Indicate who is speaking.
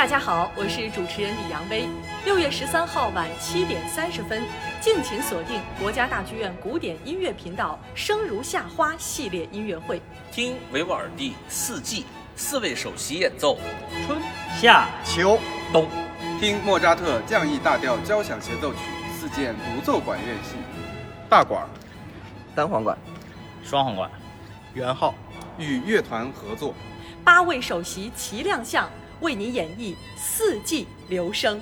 Speaker 1: 大家好，我是主持人李扬薇。六月十三号晚七点三十分，敬请锁定国家大剧院古典音乐频道《生如夏花》系列音乐会。
Speaker 2: 听维吾尔第四季四位首席演奏春
Speaker 3: 夏
Speaker 4: 秋
Speaker 2: 冬，
Speaker 5: 听莫扎特降 E 大调交响协奏曲四件独奏管乐器：大管、
Speaker 4: 单簧管、
Speaker 3: 双簧管、
Speaker 4: 圆号，
Speaker 5: 与乐团合作。
Speaker 1: 八位首席齐亮相，为您演绎四季流声。